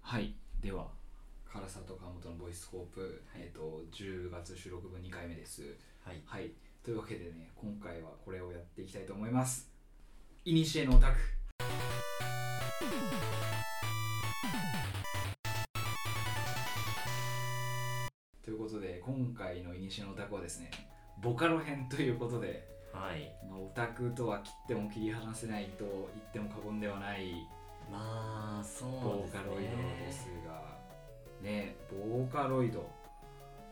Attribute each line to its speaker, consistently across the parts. Speaker 1: はいでは唐沢と川本のボイスコープ、えっと10月収録分2回目です
Speaker 2: はい。
Speaker 1: はいというわけでね今回はこれをやっていきたいと思いますいにしえのオタクということで今回のいにしえのオタクはですねボカロ編ということで
Speaker 2: はい。
Speaker 1: まあオタクとは切っても切り離せないと言っても過言ではない
Speaker 2: まあ、そうですね。
Speaker 1: ボーカロイドですがねボーカロイド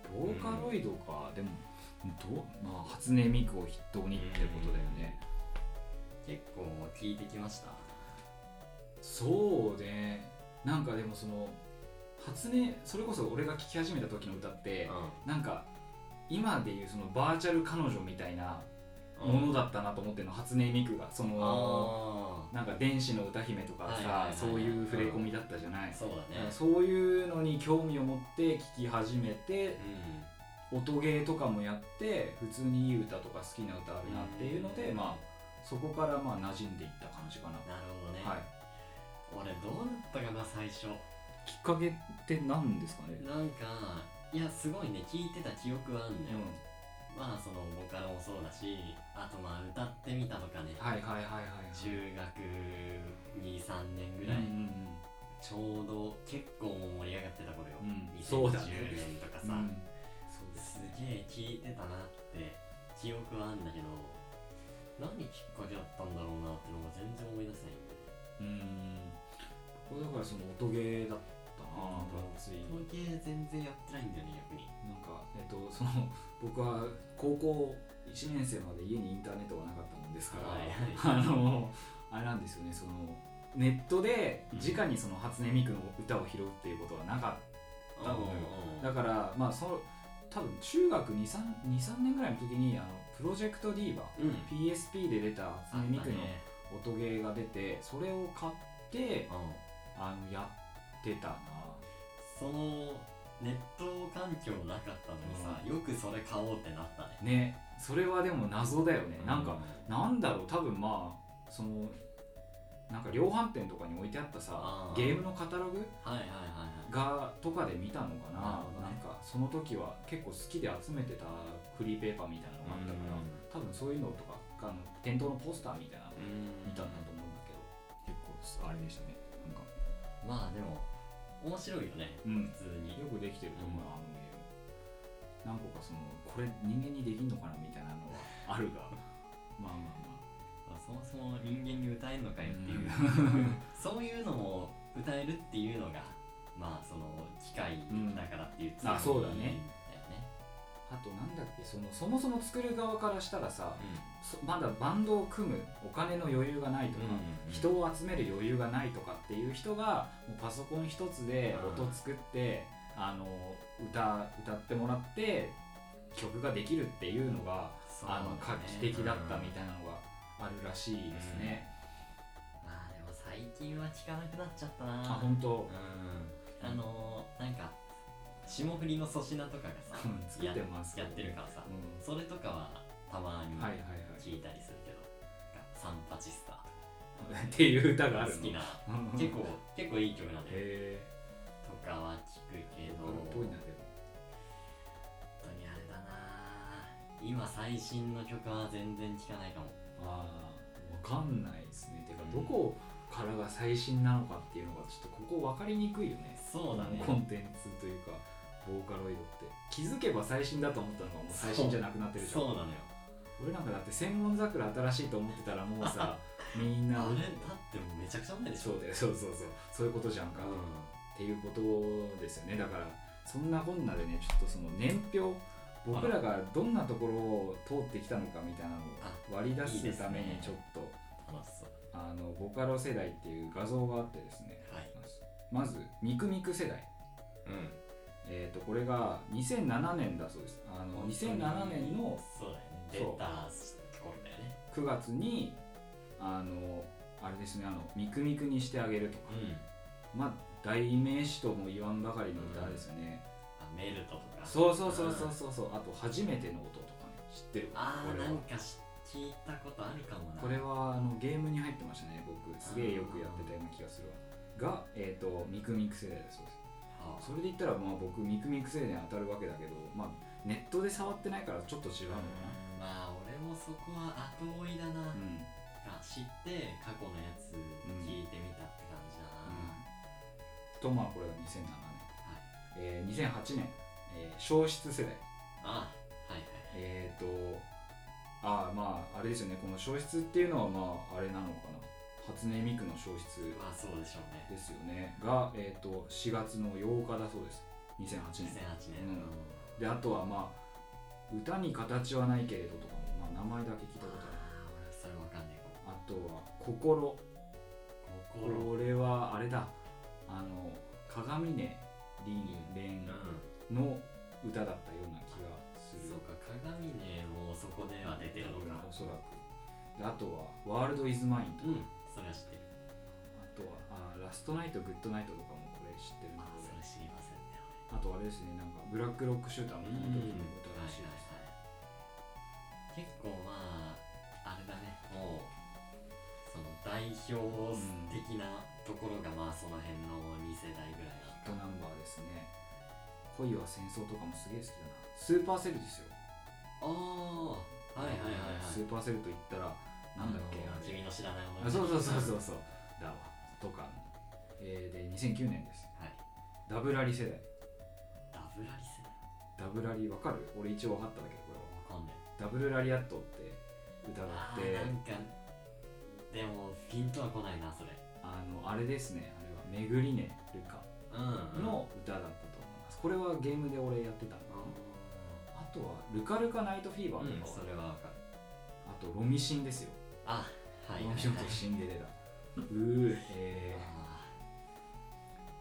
Speaker 1: ボーカロイドか、でもどうまあ初音ミクを筆頭にってことだよね、
Speaker 2: 結構聞いてきました。
Speaker 1: そうねなんかでもその初音それこそ俺が聴き始めた時の歌って、なんか今でいうそのバーチャル彼女みたいなものだったなと思ってるの、初音ミクがその
Speaker 2: あ
Speaker 1: なんか電子の歌姫とか
Speaker 2: はいはいはい
Speaker 1: さ
Speaker 2: はい
Speaker 1: そういう触れ込みだったじゃない
Speaker 2: あ。、そうだね。
Speaker 1: そういうのに興味を持って聴き始めて
Speaker 2: うん。
Speaker 1: 音ゲーとかもやって普通にいい歌とか好きな歌あるなっていうので、
Speaker 2: うん
Speaker 1: まあ、そこからまあ馴染んでいった感じかな、
Speaker 2: なるほどね。
Speaker 1: はい、
Speaker 2: 俺、どうだったかな、最初。
Speaker 1: きっかけって何ですかね、
Speaker 2: なんか、いや、すごいね、聞いてた記憶はあんだよ。まあ、その、ボカロもそうだし、あと、まあ、歌ってみたとかね。
Speaker 1: はいはいはいはいはい
Speaker 2: 中学2、3年
Speaker 1: う
Speaker 2: ぐ
Speaker 1: ん
Speaker 2: らい。
Speaker 1: うん
Speaker 2: ちょうど、結構もう盛り上がってた頃よ。
Speaker 1: うんそうだね
Speaker 2: 2010年とか
Speaker 1: うんう
Speaker 2: さ。
Speaker 1: ん
Speaker 2: すげえ聞いてたなって記憶はあんだけど何きっかけだったんだろうなってのが全然思い出せないんだよね
Speaker 1: うんこれだからその音ゲーだったなつい
Speaker 2: 統計全然やってないんだよね逆に
Speaker 1: なんか、えっと、その 僕は高校1年生まで家にインターネットがなかったもんですから、
Speaker 2: は
Speaker 1: あ
Speaker 2: い
Speaker 1: のあれなんですよねそのネットで直にその初音ミクの歌を拾うっていうことはなかっだもん
Speaker 2: うんうんうん
Speaker 1: ただからまあその多分中学23 23年ぐらいの時にあのプロジェクトディーバ
Speaker 2: うん
Speaker 1: PSP で出た初音ミクの
Speaker 2: ね
Speaker 1: 音ゲーが出てそれを買ってあのやってたな
Speaker 2: そのネット環境なかったのにさ、よくそれ買おうってなったね
Speaker 1: ねそれはでも謎だよねなんか
Speaker 2: う
Speaker 1: なんだろう多分まあそのなんか量販店とかに置いてあったさ
Speaker 2: あー
Speaker 1: ゲームのカタログ
Speaker 2: はいはいはい
Speaker 1: がとかで見たのかな
Speaker 2: なるほど
Speaker 1: な
Speaker 2: ね
Speaker 1: んかその時は結構好きで集めてたフリーペーパーみたいなのがあったから、
Speaker 2: うん
Speaker 1: 多分そういうのとかあの店頭のポスターみたいなの
Speaker 2: うーん
Speaker 1: 見たんだと思うんだけど、結構あれでしたねなんか
Speaker 2: まあでも面白いよね
Speaker 1: うん
Speaker 2: 普通に
Speaker 1: よくできてると思う、あのゲーム何個かそのこれ人間にできんのかなみたいなのはある がまあまあまあ
Speaker 2: まあそもそも人間に歌えるのかよっていう、
Speaker 1: うん
Speaker 2: そういうのも歌えるっていうのがまあその機械だからっていう
Speaker 1: うんあそうだね
Speaker 2: だよね
Speaker 1: あとなんだっけそのそもそも作る側からしたらさそまだバンドを組むお金の余裕がないとか、
Speaker 2: うん
Speaker 1: 人を集める余裕がないとかっていう人がもうパソコン一つで
Speaker 2: うん
Speaker 1: 音作って、あの歌歌ってもらって曲ができるっていうのが、
Speaker 2: そうだ
Speaker 1: あ
Speaker 2: ね
Speaker 1: の画期的だったみたいなのがあるらしいですね、
Speaker 2: うんまあでも最近は聞かなくなっちゃったな
Speaker 1: あ本当、
Speaker 2: うんあのーなんか霜降りの粗品とかがさ
Speaker 1: うん作ってます
Speaker 2: ややってるからさ
Speaker 1: う
Speaker 2: それとかはたまに
Speaker 1: ん、はいはい
Speaker 2: 聞いたりするけど、なんかサンパチスター
Speaker 1: はい っていう歌
Speaker 2: と
Speaker 1: があ
Speaker 2: か
Speaker 1: る
Speaker 2: 好きな
Speaker 1: の
Speaker 2: 結構結構いい曲なんだよ
Speaker 1: へえ
Speaker 2: とかは聞くけど
Speaker 1: っぽいなでも
Speaker 2: 本当にあれだなぁ今最新の曲は全然聴かないかも
Speaker 1: ああわかんないですねてかどこからが最新なのかっていうのがちょっとここ分かりにくいよね
Speaker 2: そうだね
Speaker 1: コンテンツというかボーカロイドって気づけば最新だと思ったのがもう最新じゃなくなってるじゃ
Speaker 2: そうんなのよ
Speaker 1: 俺なんかだって千本桜新しいと思ってたらもう さみんな
Speaker 2: あれだってもうめちゃくちゃ前でし
Speaker 1: そ
Speaker 2: ょ
Speaker 1: うだよそうそうそうそういうことじゃんか、っていうことですよねだからそんなこんなでねちょっとその年表僕らがどんなところを通ってきたのかみたいなのを割り出
Speaker 2: いいですすね
Speaker 1: ためにちょっと
Speaker 2: 楽しそう
Speaker 1: あのボカロ世代っていう画像があってですね
Speaker 2: はい
Speaker 1: まずミクミク世代
Speaker 2: うん
Speaker 1: えー、とこれが2007年だそうですあの2007年の
Speaker 2: そうだよね出
Speaker 1: そう
Speaker 2: たところだよね
Speaker 1: 9月にあのあれですねあのミクミクにしてあげるとか、
Speaker 2: うん
Speaker 1: まあ代名詞とも言わんばかりの歌ですよね、
Speaker 2: あメルトとか
Speaker 1: そうそうそうそうそうそうあと初めての音とかね知ってる
Speaker 2: あ
Speaker 1: こ
Speaker 2: ー
Speaker 1: れは
Speaker 2: なんかし聞いたことあるかもな
Speaker 1: これはあのゲームに入ってましたね僕すげえよくやってたような気がするわが、えっとミクミク世代だそうです
Speaker 2: は
Speaker 1: それで言ったらまあ僕ミクミク世代に当たるわけだけど、まあ、ネットで触ってないからちょっと違うのか
Speaker 2: あ、まあ俺もそこは後追いだな、
Speaker 1: な、うんうん
Speaker 2: が知って過去のやつ聞いてみたって感じだな、
Speaker 1: とまあこれが2007年、えー2008年、えー消失世代
Speaker 2: ああはいはい
Speaker 1: えっ、とああまああれですよねこの消失っていうのはまああれなのかな初音ミクの消失
Speaker 2: まあそうでしょうね
Speaker 1: ですよねが、えー、と4月の8日だそうです2008年
Speaker 2: 2008年、
Speaker 1: うんであとはまあ歌に形はないけれどとかも、まあ、名前だけ聞いたことある
Speaker 2: ああ俺それわかんねえか
Speaker 1: あ
Speaker 2: も
Speaker 1: とは心
Speaker 2: 心
Speaker 1: これはあれだあの鏡音凛
Speaker 2: う
Speaker 1: 蓮
Speaker 2: ん、
Speaker 1: の歌だったような気がする
Speaker 2: そうか鏡ねもうそこでは出てるのか
Speaker 1: おそらくであとは「ワールド・イズ・マイン」と
Speaker 2: う
Speaker 1: か、
Speaker 2: んそれは知ってる
Speaker 1: あとはあ「ラストナイト・グッドナイト」とかもこれ知ってるん
Speaker 2: ああ
Speaker 1: で
Speaker 2: それ知りませんね
Speaker 1: あとあれですねなんか「ブラック・ロック・シューター」
Speaker 2: 俺
Speaker 1: の
Speaker 2: う
Speaker 1: 時の歌らしいで
Speaker 2: は
Speaker 1: す
Speaker 2: いはいはい結構まああれだねもうその代表的なところがまあその辺の2世代ぐらいだ
Speaker 1: ヒットナンバーですね恋は戦争とかもすげえ好きだなスーパーセルですよ
Speaker 2: ああはいはいはいはい
Speaker 1: スーパーセルと言ったらなんだっけ
Speaker 2: あ
Speaker 1: あ
Speaker 2: の
Speaker 1: れ
Speaker 2: 君の知らないもの
Speaker 1: あそうそうそうそうそうだわとか、えーで2009年です
Speaker 2: はい
Speaker 1: ダブラリ世代
Speaker 2: ダブラリ世代
Speaker 1: ダブラリわかる俺一応分かったんだけどこれは
Speaker 2: わかんない
Speaker 1: ダブルラリアットって歌があ
Speaker 2: あ
Speaker 1: っ
Speaker 2: ー
Speaker 1: て
Speaker 2: なんかでもピンとは来ないなそれ
Speaker 1: あのあれですねあれは「巡りねルカ
Speaker 2: う」んの
Speaker 1: の歌だったと思いますこれはゲームで俺やってたのあとは「ルカルカナイトフィーバ
Speaker 2: うん
Speaker 1: ー」とか
Speaker 2: そ、れはわかる
Speaker 1: あと「ロミシン」ですよ
Speaker 2: あはいはい
Speaker 1: ロ
Speaker 2: は
Speaker 1: ミ
Speaker 2: い
Speaker 1: シンとシンデレラうーえ
Speaker 2: あ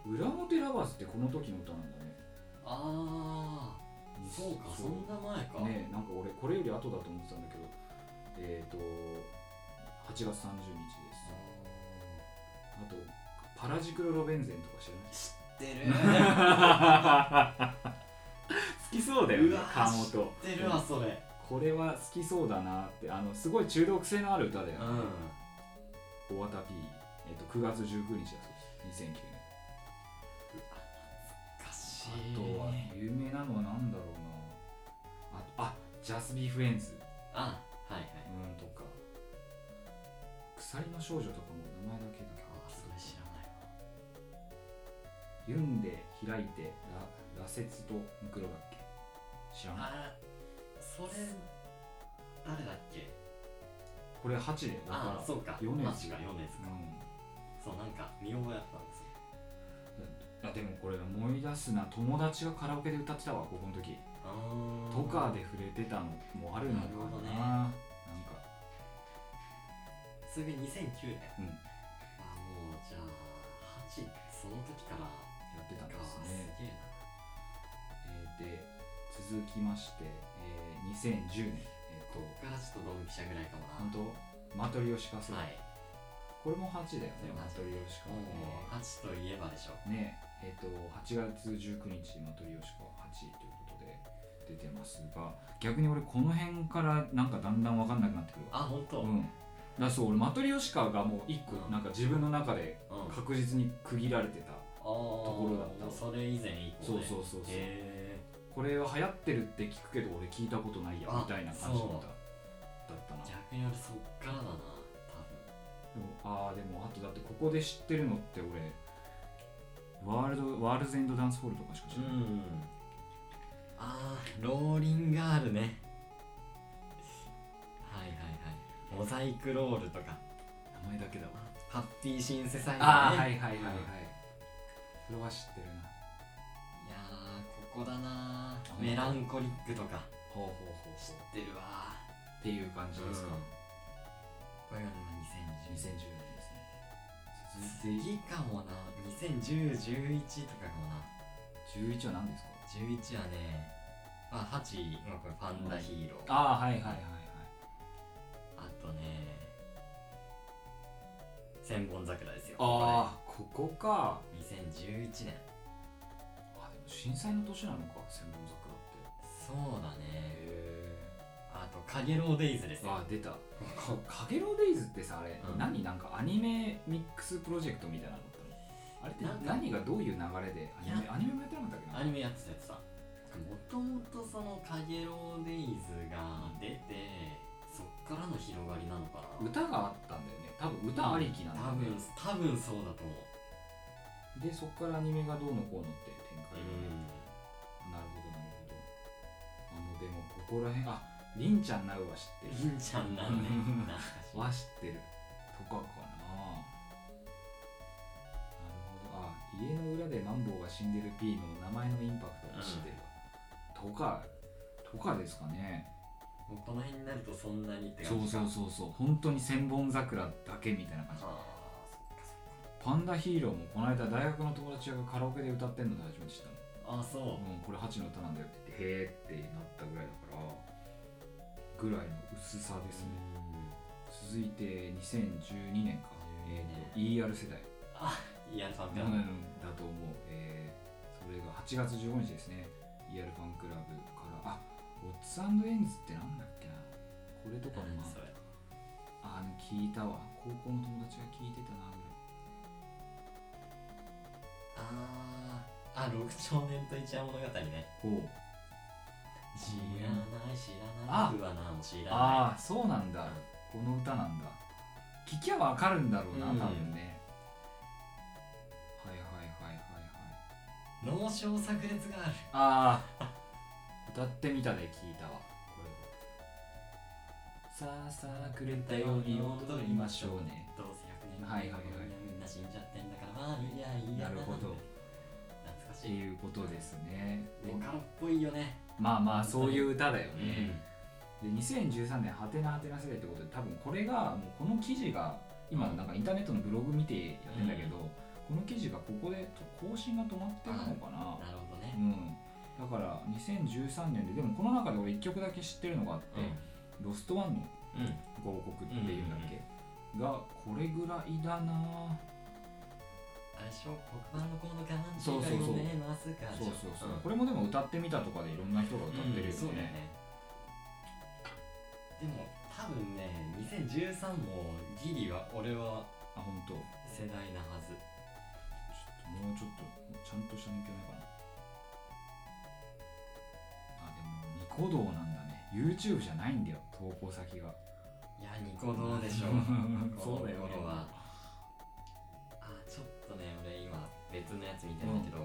Speaker 1: ー、裏表ラバーズってこの時の歌なんだね
Speaker 2: ーあーそうかそんな前か
Speaker 1: ねなんか俺これより後だと思ってたんだけどえっ、と8月30日ですあと「パラジクロロベンゼン」とか知らない
Speaker 2: 知ってる
Speaker 1: 好きそうだよ
Speaker 2: う
Speaker 1: ね
Speaker 2: わ
Speaker 1: 川本
Speaker 2: 知ってるわそれ
Speaker 1: これは好きそうだなってあのすごい中毒性のある歌だよ
Speaker 2: う
Speaker 1: ね大
Speaker 2: ん
Speaker 1: 和田 P、えっと9月19日だそうです2009年
Speaker 2: 懐かしい
Speaker 1: あとは有名なのは何だろうなああジャスビーフレンズ
Speaker 2: あはいはい
Speaker 1: うんとか鎖の少女とかも名前だけだけ
Speaker 2: あーそれ知らないわ
Speaker 1: 読んで開いてら羅刹とムクロだっけ知らない
Speaker 2: あそれ誰だっけ
Speaker 1: これ8でだから
Speaker 2: ああそうか
Speaker 1: 米
Speaker 2: 確
Speaker 1: 津
Speaker 2: か米津かそうなんか見覚えあったんですよ
Speaker 1: うん、あでもこれ思い出すな友達がカラオケで歌ってたわここの時
Speaker 2: あ
Speaker 1: とかで触れてたのもあるのか
Speaker 2: なるほどね
Speaker 1: ななんか
Speaker 2: それが2009年
Speaker 1: うん
Speaker 2: あもうじゃあ8その時からか
Speaker 1: やってたんです
Speaker 2: す
Speaker 1: ね
Speaker 2: げえ
Speaker 1: えーで続きまして、えー2010年えっ、
Speaker 2: なこっ
Speaker 1: と
Speaker 2: からちょっとドンピシャぐらいかも
Speaker 1: 本
Speaker 2: な
Speaker 1: 当マトリオシカ世代、
Speaker 2: はい
Speaker 1: これも8だよね
Speaker 2: それも
Speaker 1: マ
Speaker 2: 八
Speaker 1: トリオシカ
Speaker 2: もう8といえばでしょ
Speaker 1: ねねえっ、と8月19日マトリオシカは8ということで出てますが逆に俺この辺からなんかだんだん分かんなくなってくるわ
Speaker 2: あ本当
Speaker 1: う
Speaker 2: うん
Speaker 1: んだからそう俺マトリオシカがもう1個
Speaker 2: うん
Speaker 1: なんか自分の中で
Speaker 2: あー
Speaker 1: 確実に区切られてたころだった
Speaker 2: もうそれ以前以降
Speaker 1: そう
Speaker 2: ね
Speaker 1: そうそうそう
Speaker 2: へえ
Speaker 1: これは流行ってるって聞くけど俺聞いたことないやみたいな感じだっただったな
Speaker 2: 逆に俺そっからだな多分
Speaker 1: でもああでもあとだってここで知ってるのって俺ワールドワールズエンドダンスホールとかしか知らない、
Speaker 2: んあーローリンガールねはいはいはいモザイクロールとか
Speaker 1: 名前だけだわ
Speaker 2: ハッピーシンセサイズね
Speaker 1: ああはい
Speaker 2: い
Speaker 1: はいはいはい、
Speaker 2: うん
Speaker 1: それは知ってるな
Speaker 2: やーここだな
Speaker 1: あ
Speaker 2: ーメランコリックとか
Speaker 1: ほうほうほう
Speaker 2: 知
Speaker 1: ほ
Speaker 2: ってるわ
Speaker 1: うっていう感じですか、
Speaker 2: うんこれが
Speaker 1: 2010年ですね続いて
Speaker 2: 2010次かもな201011とかかもな
Speaker 1: 11は何ですか
Speaker 2: 11はねまあ8のこれパンダヒーロー
Speaker 1: ああはいはいはいはい
Speaker 2: あとね千本桜ですよ
Speaker 1: ああここか
Speaker 2: これ2011年
Speaker 1: あでも震災の年なのか千本桜って
Speaker 2: そうだね
Speaker 1: へ
Speaker 2: あと「かげろうデイズ」です
Speaker 1: え
Speaker 2: よ
Speaker 1: あ出た
Speaker 2: ここ
Speaker 1: かげろうデイズってさあれ、
Speaker 2: うん
Speaker 1: 何なんかアニメミックスプロジェクトみたいなのだっあれって
Speaker 2: なんか
Speaker 1: 何がどういう流れでアニメ
Speaker 2: いや
Speaker 1: アニメもやってなかったっけな
Speaker 2: アニメやってたやつさもともとその「かげろうデイズ」が出てそっからの広がりなのかな
Speaker 1: 歌があったんだよね多分歌ありきなんだよ
Speaker 2: 多
Speaker 1: ね
Speaker 2: 分多分そうだと思う
Speaker 1: でそこからアニメがどうのこうのっていう展開に
Speaker 2: ん
Speaker 1: なるほどなるほどあのでもここら辺ありんちゃんなうは知ってる
Speaker 2: りんちゃ んなんで
Speaker 1: うん
Speaker 2: 懐かしい
Speaker 1: は知ってるとかかななるほどあ家の裏でマンボウが死んでる P の名前のインパクトを知ってるわ、とかとかですかね
Speaker 2: もうこの辺になるとそんなにって
Speaker 1: そ
Speaker 2: 感
Speaker 1: う
Speaker 2: じ
Speaker 1: そうそうそう本当に千本桜だけみたいな感じ
Speaker 2: ああそっか
Speaker 1: パ
Speaker 2: そっ
Speaker 1: ンダヒーローもこの間大学の友達がカラオケで歌ってんので初めて知ったの
Speaker 2: かあそ
Speaker 1: う
Speaker 2: う
Speaker 1: ん、これハチの歌なんだよって言ってへーってなったぐらいだからぐらいの薄さですね続いて2012年か、えー、と ER 世代
Speaker 2: あいやさん
Speaker 1: う
Speaker 2: だ
Speaker 1: んだと思う、えーそれが8月15日ですね ER ファンクラブからあオッズエンズってなんだっけなこれとかも
Speaker 2: 何
Speaker 1: ま
Speaker 2: それ
Speaker 1: ああの聞いたわ高校の友達が聞いてたなぐらい
Speaker 2: あーあ六少年と一夜物語ね
Speaker 1: ほう
Speaker 2: 知らない知ら
Speaker 1: あ
Speaker 2: ない僕は何も知らない
Speaker 1: ああそうなんだこの歌なんだ聞きゃわかるんだろうな、
Speaker 2: うん
Speaker 1: 多分ねはいはいはいはいはい
Speaker 2: 脳症炸裂がある
Speaker 1: ああ歌ってみたで聞いたわこれさあさあくれたように踊りましょうね
Speaker 2: どうせ100年
Speaker 1: はいはいはい
Speaker 2: みんな死んじゃってんだからまあいいやいいや
Speaker 1: なるほど
Speaker 2: 懐か
Speaker 1: って
Speaker 2: しい
Speaker 1: いうことですねで
Speaker 2: ボカロっぽいよね
Speaker 1: まあまあそういう歌だよね、で2013年「はてなはてな世代」ってことで多分これがもうこの記事が今なんかインターネットのブログ見てやってんだけど、この記事がここで更新が止まってるのかな、
Speaker 2: なるほど
Speaker 1: う
Speaker 2: ね
Speaker 1: ん、だから2013年ででもこの中で俺1曲だけ知ってるのがあって「ロストワンの
Speaker 2: うん
Speaker 1: 合国っていうんだっけ、がこれぐらいだな
Speaker 2: あれしょ黒板のコードかなんて
Speaker 1: そうそうそう
Speaker 2: いうのねますか
Speaker 1: そうそうそう、
Speaker 2: ん
Speaker 1: これもでも歌ってみたとかでいろんな人が歌ってるよね,、
Speaker 2: うんそうだよねでも多分ね2013もギリは俺は
Speaker 1: あ本当。ちょ
Speaker 2: 世代なは
Speaker 1: っ
Speaker 2: ず
Speaker 1: ともうちょっとちゃんとしたのいけないかなあでもニコ動なんだね YouTube じゃないんだよ投稿先が
Speaker 2: いやニコ動で し ょ
Speaker 1: そうだよね
Speaker 2: この頃はあちょっとね俺今別のやつ見てんだけど、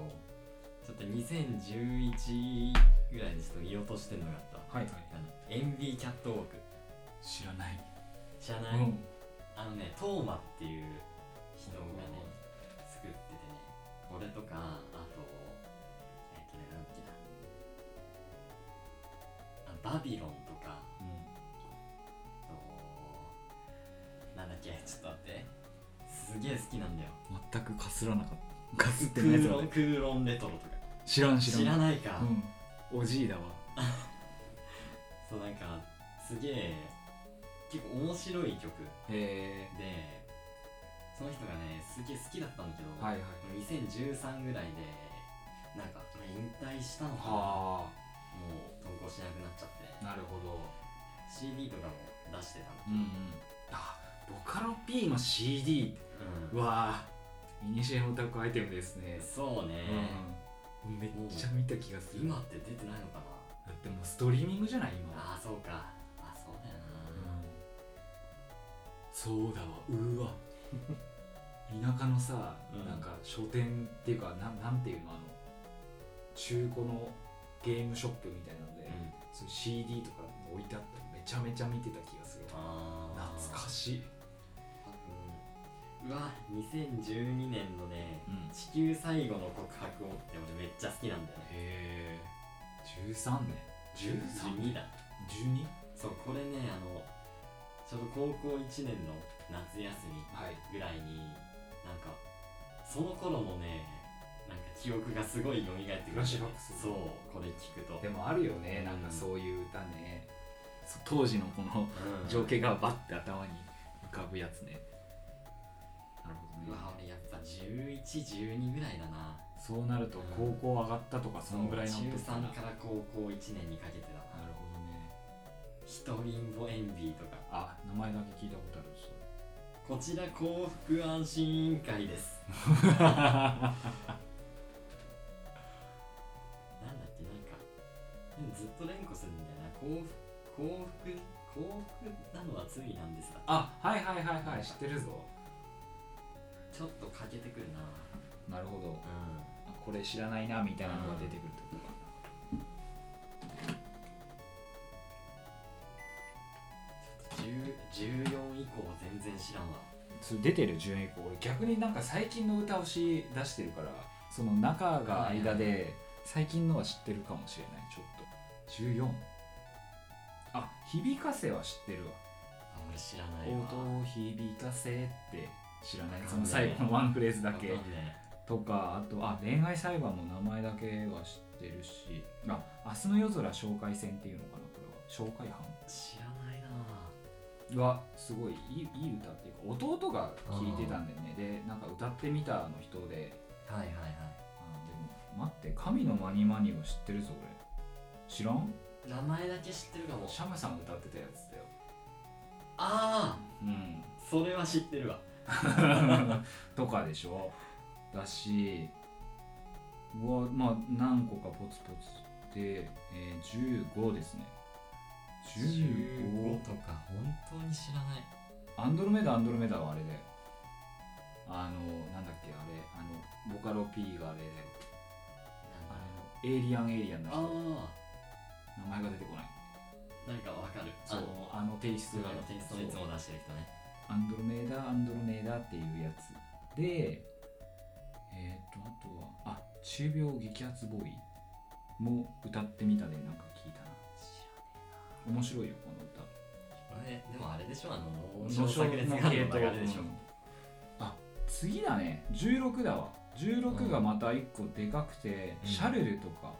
Speaker 2: ちょっと2011ぐらいでちょっと見落としてるのがあ
Speaker 1: は
Speaker 2: った
Speaker 1: いはい
Speaker 2: あのエンビーキャットウォーク
Speaker 1: 知らない、
Speaker 2: じゃ
Speaker 1: う
Speaker 2: ない、
Speaker 1: ん、
Speaker 2: あのね、トーマっていう人がね、作っててね、俺とか、あと、えっとね、なんだっけな、あバビロンとか、あと、なんだっけ、ちょっと待って、すげえ好きなんだよ。
Speaker 1: 全くかすらなかったかすって
Speaker 2: ク
Speaker 1: ない
Speaker 2: ー
Speaker 1: ぞ
Speaker 2: ロン、クーロンレトロとか。
Speaker 1: 知らん知らん
Speaker 2: 知らないか。
Speaker 1: うん、おじいだわ
Speaker 2: そう、なんか、すげえ、結構面白い曲
Speaker 1: へえ
Speaker 2: で、その人がね、すげえ好きだったんだけど、
Speaker 1: はいはい
Speaker 2: 2013ぐらいでなんかまあ引退したのかな
Speaker 1: は
Speaker 2: もう投稿しなくなっちゃって
Speaker 1: あなるほど
Speaker 2: CD とかも出してたの
Speaker 1: うんうんあボカロ P の CD
Speaker 2: うん、
Speaker 1: わあイニシエのオタクアイテムですね、
Speaker 2: そうね、
Speaker 1: うんめっちゃ見た気がするだ
Speaker 2: 今って出てないのかな
Speaker 1: ってもうストリーミングじゃない今
Speaker 2: ああそうかあそうだよな、
Speaker 1: そうだわうーわ田舎のさ、
Speaker 2: うん
Speaker 1: なんか書店っていうかなんなんていうのあの中古のゲームショップみたいなので、
Speaker 2: うん
Speaker 1: そういう CD とか置いてあったらめちゃめちゃ見てた気がするわ
Speaker 2: ああ
Speaker 1: 懐か
Speaker 2: しい
Speaker 1: しい、
Speaker 2: うわ2012年のね
Speaker 1: うん、
Speaker 2: 地球最後の告白をって俺めっちゃ好きなんだよね
Speaker 1: へえ13年
Speaker 2: 12だ
Speaker 1: 12?
Speaker 2: そうこれねあのちょうど高校1年の夏休み
Speaker 1: はい
Speaker 2: ぐらいになんかその頃のねなんか記憶がすごい蘇ってくるんだよね
Speaker 1: フラッシュバックする
Speaker 2: そうこれ聞くと、
Speaker 1: でもあるよねなんかそういう歌ね、そ当時のこの
Speaker 2: うん
Speaker 1: 情景がバッて頭に浮かぶやつねなるほ
Speaker 2: う
Speaker 1: どね
Speaker 2: わ俺やっぱ1112ぐらいだな
Speaker 1: そうなると高校上がったとかそのぐらいの時
Speaker 2: 中
Speaker 1: かなな
Speaker 2: 3
Speaker 1: る
Speaker 2: から高校1年にかけてだな
Speaker 1: ほどね
Speaker 2: 「ひとりんぼエンビー」とか
Speaker 1: あ名前だけ聞いたことあるし
Speaker 2: 「こちら幸福安心委員会 ですなんだっけなんかずっと連呼するんだよな幸福幸福幸福なのは罪なんですが
Speaker 1: あはいはいはいはい知ってるぞ
Speaker 2: ちょっと欠けてくるな
Speaker 1: なるほど
Speaker 2: うん
Speaker 1: これ知らないなみたいなのが出てくるってことか
Speaker 2: 10 14以降全然知らんわ
Speaker 1: それ出てる順位以降俺逆になんか最近の歌をし出してるからその中が間で最近のは知ってるかもしれないちょっと14あ響かせは知ってるわ
Speaker 2: あ俺知らないわ
Speaker 1: 音を響かせって知らない
Speaker 2: わか
Speaker 1: そ
Speaker 2: んな
Speaker 1: の
Speaker 2: い
Speaker 1: 最後のワンフレーズだ
Speaker 2: わ
Speaker 1: け
Speaker 2: かんね
Speaker 1: とかあとあ恋愛裁判も名前だけは知ってるしあ明日の夜空紹介戦っていうのかなこれは紹介班
Speaker 2: え知らないな
Speaker 1: はすごいいいいい歌っていうか弟が聴いてたんだよねでなんか歌ってみたの人で
Speaker 2: はいはいは
Speaker 1: あでも待って神のマニマニを知ってるぞ俺知らん
Speaker 2: い名前だけ知ってるかも
Speaker 1: シャムさんが歌ってたやつだよ
Speaker 2: あ
Speaker 1: うん
Speaker 2: あそれは知ってるわ
Speaker 1: とかでしょだしうわまあ何個かポツポツで、えー、15ですね15
Speaker 2: 15とか本当に知らない
Speaker 1: アンドロメダアンドロメダはあれだよあのなんだっけあれあのボカロ P があれだよあのエイリアンエイリアンの
Speaker 2: あ
Speaker 1: 人
Speaker 2: あ
Speaker 1: 名前が出てこない
Speaker 2: なんかわかる
Speaker 1: そう
Speaker 2: あ
Speaker 1: あ
Speaker 2: の
Speaker 1: のテイスト
Speaker 2: 普通
Speaker 1: が
Speaker 2: のテイストをいつも出してる人ね
Speaker 1: アンドロメダアンドロメダっていうやつでえっ、とあとはあ中病激アツボーイも歌ってみたでなんか聞いたな面白いよこの歌
Speaker 2: あれでもあれでしょあの
Speaker 1: の
Speaker 2: 小作列があるのあれでしょ
Speaker 1: あ次だね16だわ16がまた1個でかくて、
Speaker 2: うん
Speaker 1: シャルルとか、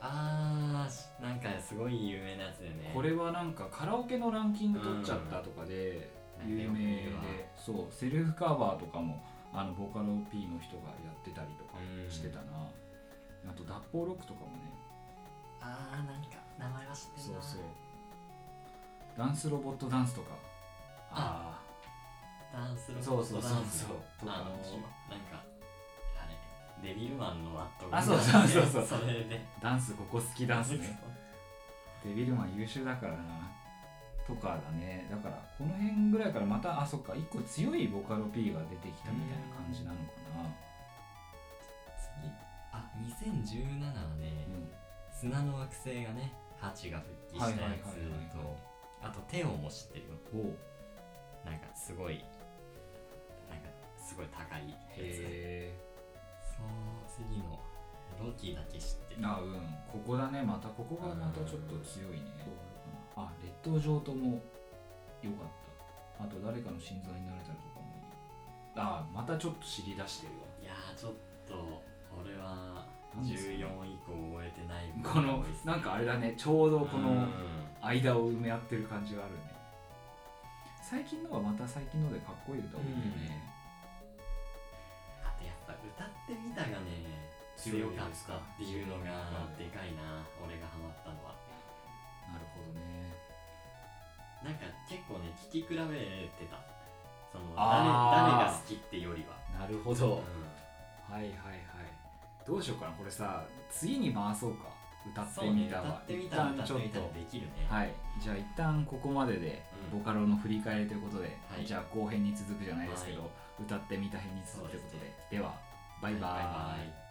Speaker 2: ああしなんかすごい有名なやつだよね
Speaker 1: これはなんかカラオケのランキング取っちゃったとかで
Speaker 2: うん
Speaker 1: 有名で、
Speaker 2: なんかよ
Speaker 1: そうセルフカバーとかもあのボカロ P の人がやってたりとか
Speaker 2: うん
Speaker 1: してたな、あと脱法ロックとかもね
Speaker 2: ああなんか名前は知ってる
Speaker 1: そう
Speaker 2: な
Speaker 1: そうダンスロボットダンスとかあ
Speaker 2: ダンスロ
Speaker 1: あ
Speaker 2: ボッ
Speaker 1: そうそ
Speaker 2: ト
Speaker 1: うそう
Speaker 2: ダンス
Speaker 1: そうとか
Speaker 2: あのなんかあれデビルマンのアット
Speaker 1: あそうそうそうそう
Speaker 2: それで
Speaker 1: ダンスここ好きダンス ね
Speaker 2: う
Speaker 1: デビルマン優秀だからなとかだねだからこの辺ぐらいからまたあそっか1個強いボカロ P が出てきたみたいな感じなのかな、
Speaker 2: 次あ2017はね
Speaker 1: うん
Speaker 2: 砂の惑星がねハチが復帰したやつと、
Speaker 1: はいはいはいはい
Speaker 2: あとテオも知ってるよ
Speaker 1: おう
Speaker 2: なんかすごいなんかすごい高いやつ
Speaker 1: へ
Speaker 2: その次のロキだけ知って
Speaker 1: え
Speaker 2: る
Speaker 1: あうんここだねまたここがまたちょっと強いねあ列島上ともよかったあと誰かの心臓になれたらとかもいいあまたちょっと知り出してるわ
Speaker 2: いやーちょっと俺は
Speaker 1: 何ですか
Speaker 2: 14以降終えてない
Speaker 1: このなんかあれだねちょうどこ
Speaker 2: うん
Speaker 1: の間を埋め合ってる感じがあるね最近のはまた最近のでかっこいい歌多いよね、
Speaker 2: あとやっぱ歌ってみたがね強
Speaker 1: 強い
Speaker 2: かっ
Speaker 1: です
Speaker 2: た
Speaker 1: か
Speaker 2: っていうのがでかいな俺がハマったのは
Speaker 1: なるほどね
Speaker 2: なんか結構ね聞き比べてたその誰誰
Speaker 1: あ
Speaker 2: が
Speaker 1: ー
Speaker 2: 好きってよりは
Speaker 1: なるほど、はいはいはいどうしようかなこれさ次に回そうか歌っ
Speaker 2: そう
Speaker 1: てみ
Speaker 2: ね
Speaker 1: た
Speaker 2: 歌
Speaker 1: わ
Speaker 2: ってみ
Speaker 1: 一
Speaker 2: たら
Speaker 1: 旦ち
Speaker 2: 歌
Speaker 1: ょって
Speaker 2: っみたら
Speaker 1: と
Speaker 2: できるね
Speaker 1: はい、じゃあ一旦ここまでで
Speaker 2: うん
Speaker 1: ボカロの振り返りということで、
Speaker 2: はい
Speaker 1: じゃあ後編に続くじゃないですけど、
Speaker 2: は
Speaker 1: 歌ってみた編に続くということでではバイバ
Speaker 2: バイ
Speaker 1: バイバ
Speaker 2: バ
Speaker 1: ーイ
Speaker 2: イ